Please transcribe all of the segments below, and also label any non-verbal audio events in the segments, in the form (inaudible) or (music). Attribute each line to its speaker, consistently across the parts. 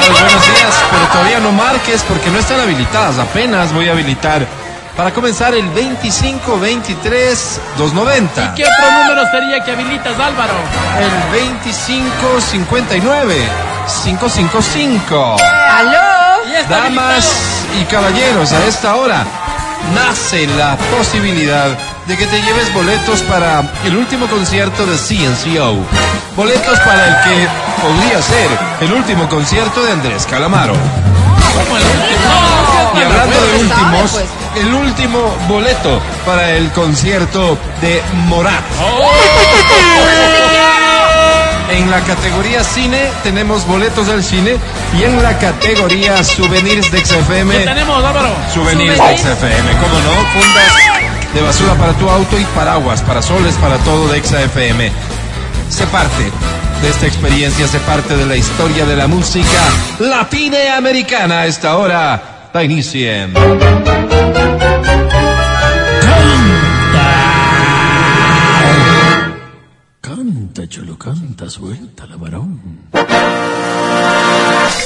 Speaker 1: Muy buenos días, pero todavía no marques porque no están habilitadas. Apenas voy a habilitar para comenzar el 25 23 290.
Speaker 2: ¿Qué otro número sería que habilitas, Álvaro?
Speaker 1: El 25 59 555.
Speaker 3: ¡Aló!
Speaker 2: Ya está habilitado.
Speaker 1: Damas y caballeros, a esta hora nace la posibilidad de que te lleves boletos para el último concierto de CNCO. Boletos para el que podría ser el último concierto de Andrés Calamaro. Y hablando de
Speaker 3: Pues sabe,
Speaker 1: últimos,
Speaker 3: pues.
Speaker 1: el último boleto para el concierto de Morat.
Speaker 2: Oh,
Speaker 1: En la categoría cine tenemos boletos del cine y en la categoría souvenirs de XFM.
Speaker 2: ¿Qué tenemos, Álvaro?
Speaker 1: Souvenirs de XFM, cómo no, fundas de basura para tu auto y paraguas, parasoles para todo de XFM. Se parte de esta experiencia, se parte de la historia de la música latina americana. A esta hora, la inicien.
Speaker 4: Canta, cholo, canta, suelta la varón.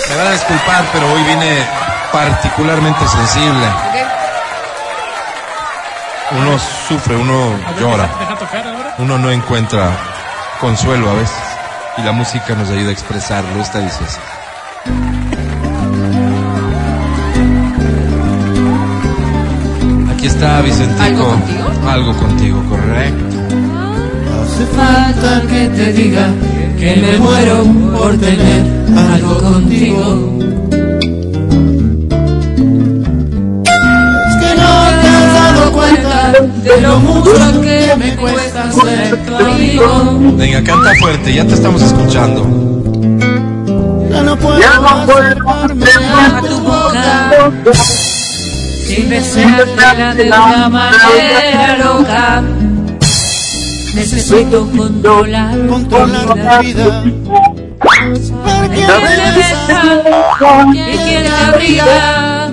Speaker 1: Me van a disculpar, pero hoy vine particularmente sensible. Uno sufre, uno
Speaker 2: A ver,
Speaker 1: llora.
Speaker 2: Deja, deja tocar ahora.
Speaker 1: uno no encuentra consuelo a veces y la música nos ayuda a expresarlo. Esta dice así. Aquí está Vicentico.
Speaker 3: ¿Algo contigo?
Speaker 1: Algo contigo, correcto.
Speaker 5: Hace falta que te diga que me muero por tener algo contigo. Es que no te has dado cuenta de lo mucho que me cuesta ser tu amigo.
Speaker 1: Venga, canta fuerte, ya te estamos escuchando.
Speaker 5: Ya no puedo acercarme a tu boca sin besártela de una manera loca. Necesito controlar
Speaker 4: Controlar la vida.
Speaker 5: Que me besa, que quiere la briga.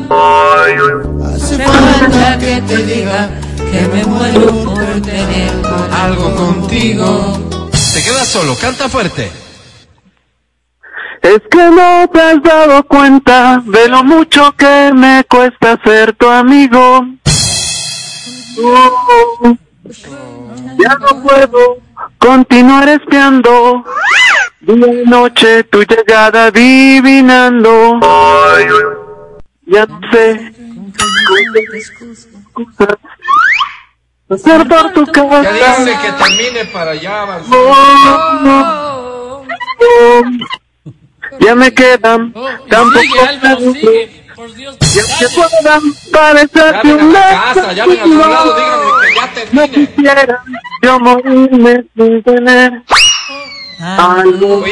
Speaker 4: Hace
Speaker 5: Me
Speaker 4: falta
Speaker 5: falta que te diga que me muero por tener
Speaker 1: Algo contigo. Te quedas solo, canta fuerte.
Speaker 6: Es que no te has dado cuenta de lo mucho que me cuesta ser tu amigo. Oh, ya no puedo continuar espiando. Día y noche tu llegada adivinando. Ya no sé hacer por tu casa.
Speaker 1: que termine para allá
Speaker 6: Oh, no. Ya me quedan tan
Speaker 2: Oh, Sigue,
Speaker 6: pocos
Speaker 2: Álvaro,
Speaker 6: minutos.
Speaker 2: sigue. Por Dios.
Speaker 6: Ya se puedan parecerse un
Speaker 1: que ya
Speaker 6: No quisiera yo morirme sin tener
Speaker 3: Ah,
Speaker 6: algo.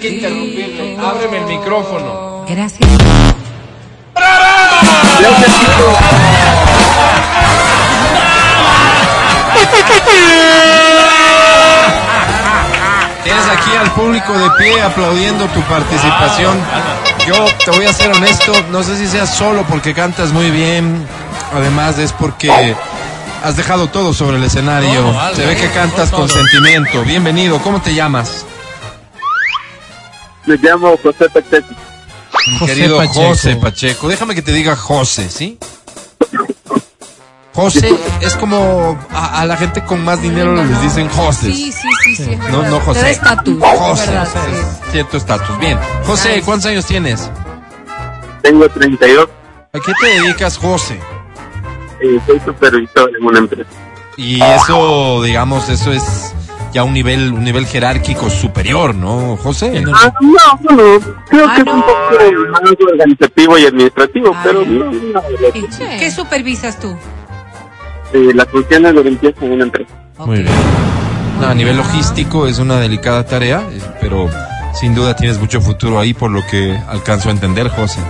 Speaker 1: que interrumpirlo. Ábreme el micrófono.
Speaker 3: Gracias.
Speaker 1: Tienes aquí al público de pie aplaudiendo tu participación. Yo te voy a ser honesto, no sé si seas solo porque cantas muy bien, además es porque has dejado todo sobre el escenario.
Speaker 2: Todo, algo,
Speaker 1: Se ve que
Speaker 2: eh,
Speaker 1: cantas
Speaker 2: todo.
Speaker 1: con sentimiento. Bienvenido, ¿cómo te llamas?
Speaker 6: Me llamo José Pacheco.
Speaker 1: Mi
Speaker 2: José
Speaker 1: querido
Speaker 2: Pacheco.
Speaker 1: José Pacheco. Déjame que te diga José, ¿sí? José es como a, a la gente con más dinero les dicen José.
Speaker 3: Sí, sí, sí, sí. es
Speaker 1: No,
Speaker 3: verdad.
Speaker 1: no, José.
Speaker 3: Te da estatus.
Speaker 1: José.
Speaker 3: es verdad,
Speaker 1: José,
Speaker 3: sí.
Speaker 1: Cierto estatus. Bien. José,
Speaker 3: Nice.
Speaker 1: ¿cuántos años tienes?
Speaker 6: Tengo 32
Speaker 1: ¿A qué te dedicas, José?
Speaker 6: y eh, soy supervisor en una empresa.
Speaker 1: Y eso, digamos, eso es ya un nivel, un nivel jerárquico superior, ¿no, José?
Speaker 6: Ah, no, bueno, creo
Speaker 3: Ah,
Speaker 6: que es un
Speaker 3: no.
Speaker 6: poco de algo organizativo y administrativo,
Speaker 3: Ah,
Speaker 6: pero
Speaker 3: ya.
Speaker 6: no, no, no,
Speaker 3: Eh, ¿Qué supervisas tú?
Speaker 6: eh, las funciones de limpieza en una empresa.
Speaker 1: Muy
Speaker 3: Ok.
Speaker 1: bien. No, a nivel logístico es una delicada tarea, eh, pero sin duda tienes mucho futuro ahí por lo que alcanzo a entender, José.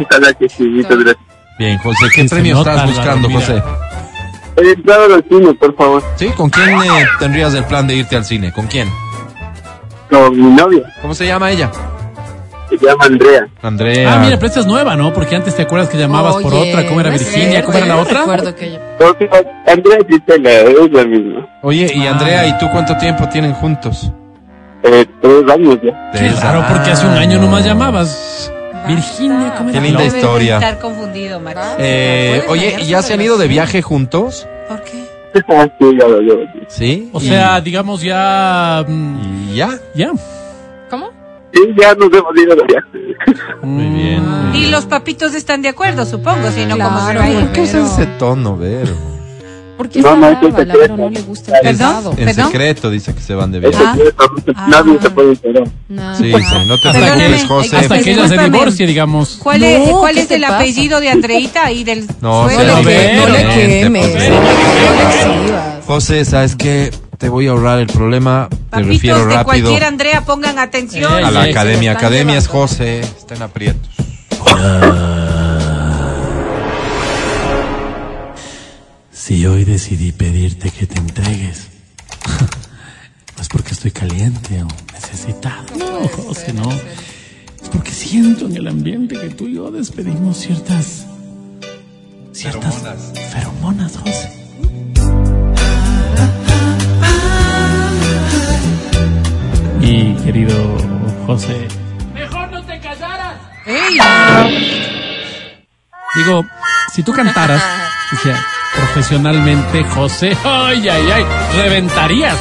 Speaker 6: Ojalá que sí, muchas gracias.
Speaker 1: Bien, José, ¿qué
Speaker 2: Sí, se
Speaker 1: premio
Speaker 2: nota,
Speaker 1: estás
Speaker 2: Álvaro,
Speaker 1: buscando,
Speaker 2: mira.
Speaker 1: José?
Speaker 6: Eh, claro, al cine, por favor,
Speaker 1: ¿Sí? ¿Con quién eh, tendrías el plan de irte al cine? ¿Con quién?
Speaker 6: con mi novia.
Speaker 1: ¿Cómo se llama ella?
Speaker 6: llama Andrea.
Speaker 1: Andrea.
Speaker 2: Ah, mira, pero esta es nueva, ¿no? Porque antes te acuerdas que llamabas por
Speaker 3: Oye,
Speaker 2: otra, ¿cómo era
Speaker 3: no es
Speaker 2: Virginia?
Speaker 3: cierto,
Speaker 2: ¿Cómo era
Speaker 3: yo
Speaker 2: la
Speaker 3: no
Speaker 2: otra?
Speaker 3: recuerdo que yo-
Speaker 6: Porque Andrea y Cristina es la misma.
Speaker 1: Oye, y Andrea, ¿y tú cuánto tiempo tienen juntos?
Speaker 6: Eh, tres años ya. (laughs)
Speaker 2: Qué raro, porque hace un año
Speaker 1: Ah.
Speaker 2: nomás llamabas. Virginia, ¿cómo
Speaker 1: Qué
Speaker 2: era?
Speaker 1: linda
Speaker 3: Debes de
Speaker 1: historia.
Speaker 3: estar confundido, Max.
Speaker 1: Eh, oye, ¿y ya se han ido de viaje juntos?
Speaker 3: ¿Por qué?
Speaker 6: Ah, sí, ya lo llevo.
Speaker 1: Sí.
Speaker 2: O
Speaker 1: y-
Speaker 2: sea, digamos ya. mm,
Speaker 1: y ya.
Speaker 2: Ya.
Speaker 3: ¿Cómo?
Speaker 6: Sí, ya nos hemos ido
Speaker 7: (laughs)
Speaker 6: de viaje.
Speaker 1: Muy bien. muy
Speaker 3: Y
Speaker 1: bien.
Speaker 3: los papitos están de acuerdo, supongo, si no, ¿cómo se va a ir?
Speaker 1: ¿Por qué usas Pues ese tono, Vero?
Speaker 7: Porque está
Speaker 6: No, no, es un
Speaker 7: brava, la Vero no le
Speaker 6: secreto.
Speaker 7: gusta el
Speaker 1: Es-
Speaker 7: pesado.
Speaker 1: En
Speaker 3: ¿Perdón?
Speaker 1: secreto dice que se van de
Speaker 6: Es
Speaker 1: viaje.
Speaker 3: Ah.
Speaker 6: secreto, no se- nadie
Speaker 7: Ah.
Speaker 6: se puede enterar.
Speaker 7: No.
Speaker 1: Sí, sí, no te
Speaker 3: Perdóname,
Speaker 1: preocupes,
Speaker 2: Hasta
Speaker 1: José.
Speaker 2: que ella se
Speaker 3: Discúlpame.
Speaker 2: divorcie, digamos.
Speaker 3: ¿Cuál
Speaker 7: No,
Speaker 3: es, cuál
Speaker 7: ¿qué
Speaker 3: es
Speaker 7: te
Speaker 3: el
Speaker 7: pasa?
Speaker 3: apellido de Andreita y del
Speaker 1: No,
Speaker 3: suegro?
Speaker 7: No
Speaker 1: se
Speaker 7: le, no le
Speaker 1: Vero,
Speaker 7: quemes,
Speaker 1: Vero.
Speaker 7: no le quemes, no le exhibas.
Speaker 1: José, ¿sabes qué? Te voy a ahorrar el problema. Te refiero
Speaker 3: Papitos de
Speaker 1: rápido
Speaker 3: cualquier Andrea, pongan atención.
Speaker 1: a la
Speaker 2: Sí, sí,
Speaker 1: academia.
Speaker 7: se están
Speaker 1: Academia es
Speaker 7: llevando.
Speaker 1: José. Está en aprietos.
Speaker 4: Si hoy decidí pedirte que te entregues, (laughs) no es porque estoy caliente o necesitado. (laughs) No, José, no. Es porque siento en el ambiente que tú y yo despedimos ciertas. ciertas. feromonas, José. Mi querido José,
Speaker 3: Ey,
Speaker 2: Digo, si
Speaker 7: (laughs)
Speaker 2: tú cantaras, decía, profesionalmente, José, ay, ay, ay, reventarías.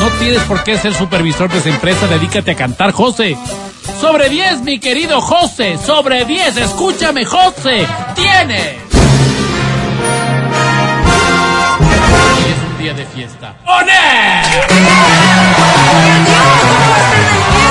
Speaker 2: No tienes por qué ser supervisor de esa empresa, dedícate a cantar, José. Sobre 10, mi querido José, sobre 10, escúchame, José, tienes. Hoy es un día de fiesta. ¡Oné!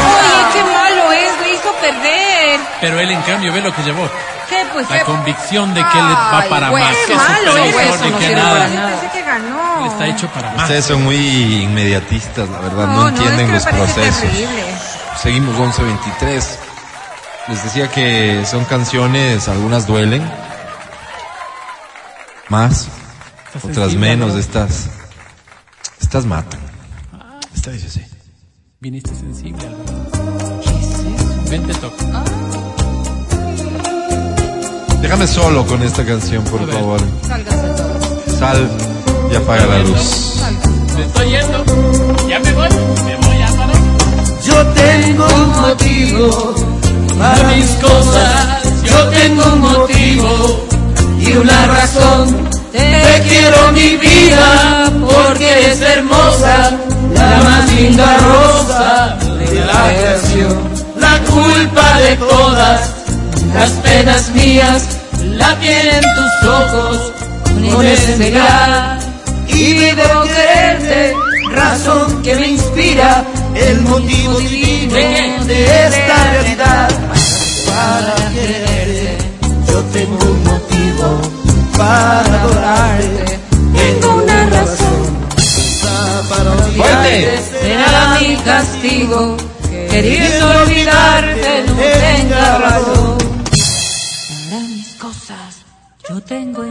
Speaker 3: Oye, qué malo es, me hizo perder.
Speaker 2: Pero él, en cambio, ve lo que llevó.
Speaker 3: ¿Qué pues?
Speaker 2: La
Speaker 3: qué-
Speaker 2: convicción de que él va
Speaker 7: Ay,
Speaker 2: para
Speaker 7: güey,
Speaker 2: más.
Speaker 7: qué
Speaker 2: que es
Speaker 7: malo,
Speaker 2: superior
Speaker 7: güey, eso
Speaker 2: de
Speaker 7: no
Speaker 2: que
Speaker 7: sirve
Speaker 2: nada.
Speaker 7: para
Speaker 3: Yo pensé que ganó.
Speaker 2: Está hecho para más.
Speaker 1: Ustedes son muy inmediatistas, la verdad. No, entienden
Speaker 3: es que me
Speaker 1: los
Speaker 3: parece
Speaker 1: procesos.
Speaker 3: terrible.
Speaker 1: Seguimos 11.23. Les decía que son canciones, algunas duelen. Más, otras
Speaker 2: sensible,
Speaker 1: menos.
Speaker 2: ¿no?
Speaker 1: Estas, estas matan. Esta dice así.
Speaker 2: Viniste sensible. Vente, toca.
Speaker 1: Déjame solo con esta canción, por
Speaker 2: A ver.
Speaker 1: favor. Sal y apaga la luz.
Speaker 2: Me estoy yendo. Ya me voy. Me voy a parar.
Speaker 5: Yo tengo un motivo para mis cosas, yo tengo un motivo y una razón. Te quiero mi vida porque eres hermosa, la más linda rosa de la creación. La culpa de todas las penas mías la tienen tus ojos con necesidad y debo quererte, razón que me inspira el motivo divino de esta realidad. Para quererte, yo tengo un motivo para adorarte, tengo una razón para olvidarte. Será mi castigo, queriendo olvidarte, no tenga razón.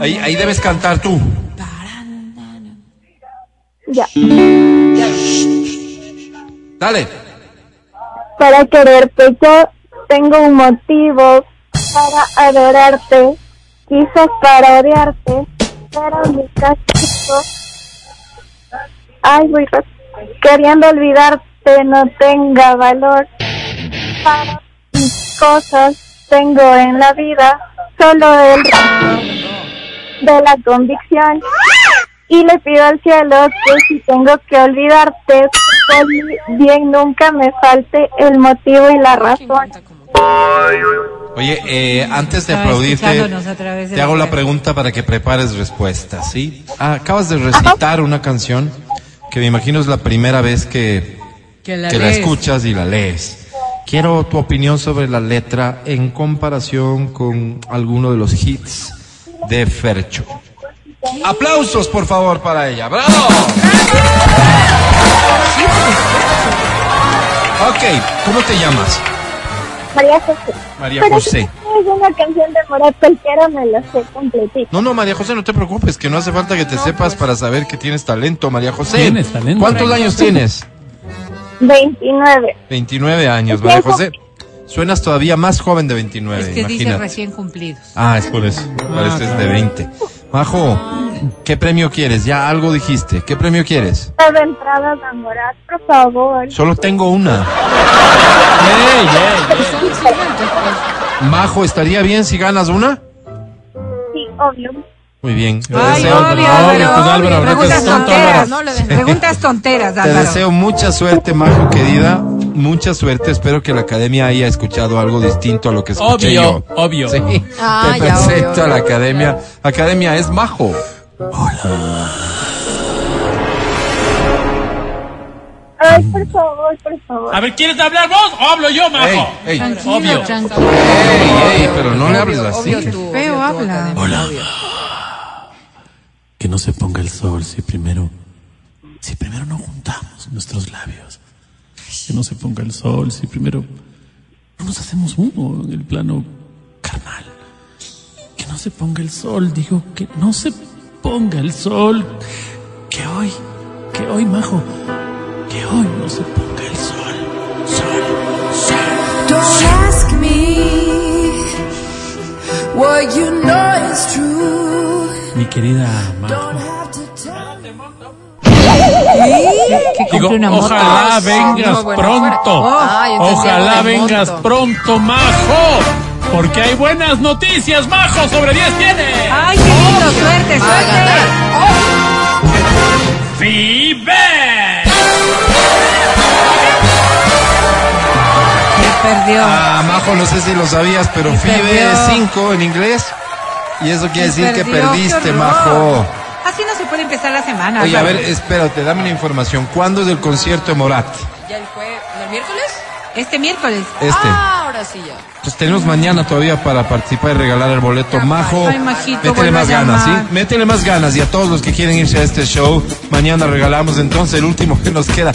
Speaker 1: Ahí, ahí debes cantar tú.
Speaker 8: Ya.
Speaker 1: Dale.
Speaker 8: Para quererte yo tengo un motivo para adorarte, quizás para odiarte, pero mi castigo. Ay, voy rápido. queriendo olvidarte no tenga valor. Para mis cosas tengo en la vida solo el resto de la convicción. Y le pido al cielo que si tengo que olvidarte, por mi bien nunca me falte el motivo y la razón.
Speaker 1: Oye, eh, antes de
Speaker 3: Estaba
Speaker 1: aplaudirte,
Speaker 3: escuchándonos a través de
Speaker 1: te
Speaker 3: la
Speaker 1: hago la
Speaker 3: radio.
Speaker 1: pregunta para que prepares respuestas, ¿sí? Ah, acabas de recitar una canción que me imagino es la primera vez que,
Speaker 3: Que la
Speaker 1: que la
Speaker 3: lees.
Speaker 1: escuchas y la lees. Quiero tu opinión sobre la letra en comparación con alguno de los hits de Fercho. Aplausos, por favor, para ella. ¡Bravo! Ok, ¿cómo te llamas?
Speaker 8: María José.
Speaker 1: María
Speaker 8: Pero
Speaker 1: José.
Speaker 8: si tú tienes una canción de Morat cualquiera, me la sé completita.
Speaker 1: No, no, María José, no te preocupes, que no hace falta que te
Speaker 3: pues.
Speaker 1: sepas para saber que tienes talento, María José.
Speaker 2: Tienes talento.
Speaker 1: ¿Cuántos años tienes?
Speaker 8: 29.
Speaker 1: 29 años, María José. Suenas todavía más joven de 29.
Speaker 3: Es que dice
Speaker 1: imagínate.
Speaker 3: recién cumplidos.
Speaker 1: Ah, es por eso. Pareces de 20. Majo, ¿qué premio quieres? Ya algo dijiste. ¿Qué premio quieres?
Speaker 9: Nueve entradas a Morat, por favor.
Speaker 1: Solo tengo una.
Speaker 10: ¡Ey, ey!
Speaker 1: Majo, ¿estaría bien si ganas una?
Speaker 9: Sí, obvio.
Speaker 1: Muy bien. Te
Speaker 3: Ay,
Speaker 1: deseo,
Speaker 3: obvio,
Speaker 10: obvio,
Speaker 3: Álvaro,
Speaker 10: pues, Álvaro,
Speaker 3: obvio.
Speaker 10: no
Speaker 3: Preguntas
Speaker 10: seas tonto, Álvaro.
Speaker 3: tonteras, ¿no? Lo de- Preguntas tonteras,
Speaker 1: te
Speaker 3: Álvaro.
Speaker 1: deseo mucha suerte, Majo querida. Mucha suerte. Espero que la academia haya escuchado algo distinto a lo que escuché
Speaker 10: Obvio,
Speaker 1: yo.
Speaker 10: obvio.
Speaker 1: Sí.
Speaker 5: Ah,
Speaker 1: te
Speaker 5: ya, obvio,
Speaker 1: presento a la
Speaker 5: obvio.
Speaker 1: academia. Academia es Majo.
Speaker 9: Ay, por favor, por favor.
Speaker 10: A ver, ¿quieres hablar vos o hablo yo, Majo?
Speaker 1: Ey, ey, ey,
Speaker 3: Tranquilo,
Speaker 10: Obvio.
Speaker 5: tranquilo.
Speaker 1: ey, pero no le hables así.
Speaker 5: Obvio tú.
Speaker 3: Feo
Speaker 5: obvio tú,
Speaker 3: habla.
Speaker 5: académico,
Speaker 2: Hola.
Speaker 5: obvio.
Speaker 2: Que no se ponga el sol si primero, si primero no juntamos nuestros labios. Que no se ponga el sol si primero no nos hacemos uno en el plano carnal. Que no se ponga el sol, digo, que no se ponga el sol. Que hoy, que hoy, majo, que hoy no se ponga el sol. Sol, sol.
Speaker 11: Don't ask me what you know is true.
Speaker 2: Mi querida majo.
Speaker 11: Don't have to tell me.
Speaker 10: Digo,
Speaker 5: Compre una moto.
Speaker 10: ojalá
Speaker 5: Ah,
Speaker 10: vengas
Speaker 5: no, bueno,
Speaker 10: pronto.
Speaker 5: fuera. Ah, yo entendí
Speaker 10: ojalá
Speaker 5: algo de
Speaker 10: vengas
Speaker 5: moto.
Speaker 10: pronto, Majo. Porque hay buenas noticias, Majo. Sobre 10 tiene.
Speaker 5: Ah.
Speaker 3: Ay, qué lindo, suerte, suerte.
Speaker 10: ¡Vive!
Speaker 3: Se perdió.
Speaker 1: Ah, Majo, no sé si lo sabías, pero FIBE
Speaker 3: perdió.
Speaker 1: es 5 en inglés. Y eso quiere decir que
Speaker 3: Perdió, qué
Speaker 1: perdiste,
Speaker 3: horror.
Speaker 1: Majo.
Speaker 3: Así no se puede empezar la
Speaker 5: Ah,
Speaker 3: semana.
Speaker 1: Oye, a ver,
Speaker 3: Álvaro.
Speaker 1: espérate, dame una información. ¿Cuándo es el concierto de Morat?
Speaker 5: ¿Ya el jueves? ¿El miércoles?
Speaker 3: Este miércoles.
Speaker 1: Este.
Speaker 5: Ah, ahora sí ya.
Speaker 1: Pues tenemos mañana todavía para participar y regalar el boleto. Majo,
Speaker 3: Ay, Majito,
Speaker 1: métele
Speaker 3: vuelve
Speaker 1: más
Speaker 3: a
Speaker 1: ganas, ¿sí?
Speaker 3: llamar.
Speaker 1: Métele más ganas. Y a todos los que quieren irse a este show, mañana regalamos entonces el último que nos queda.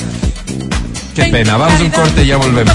Speaker 1: Qué pena. Vamos a un corte y ya volvemos.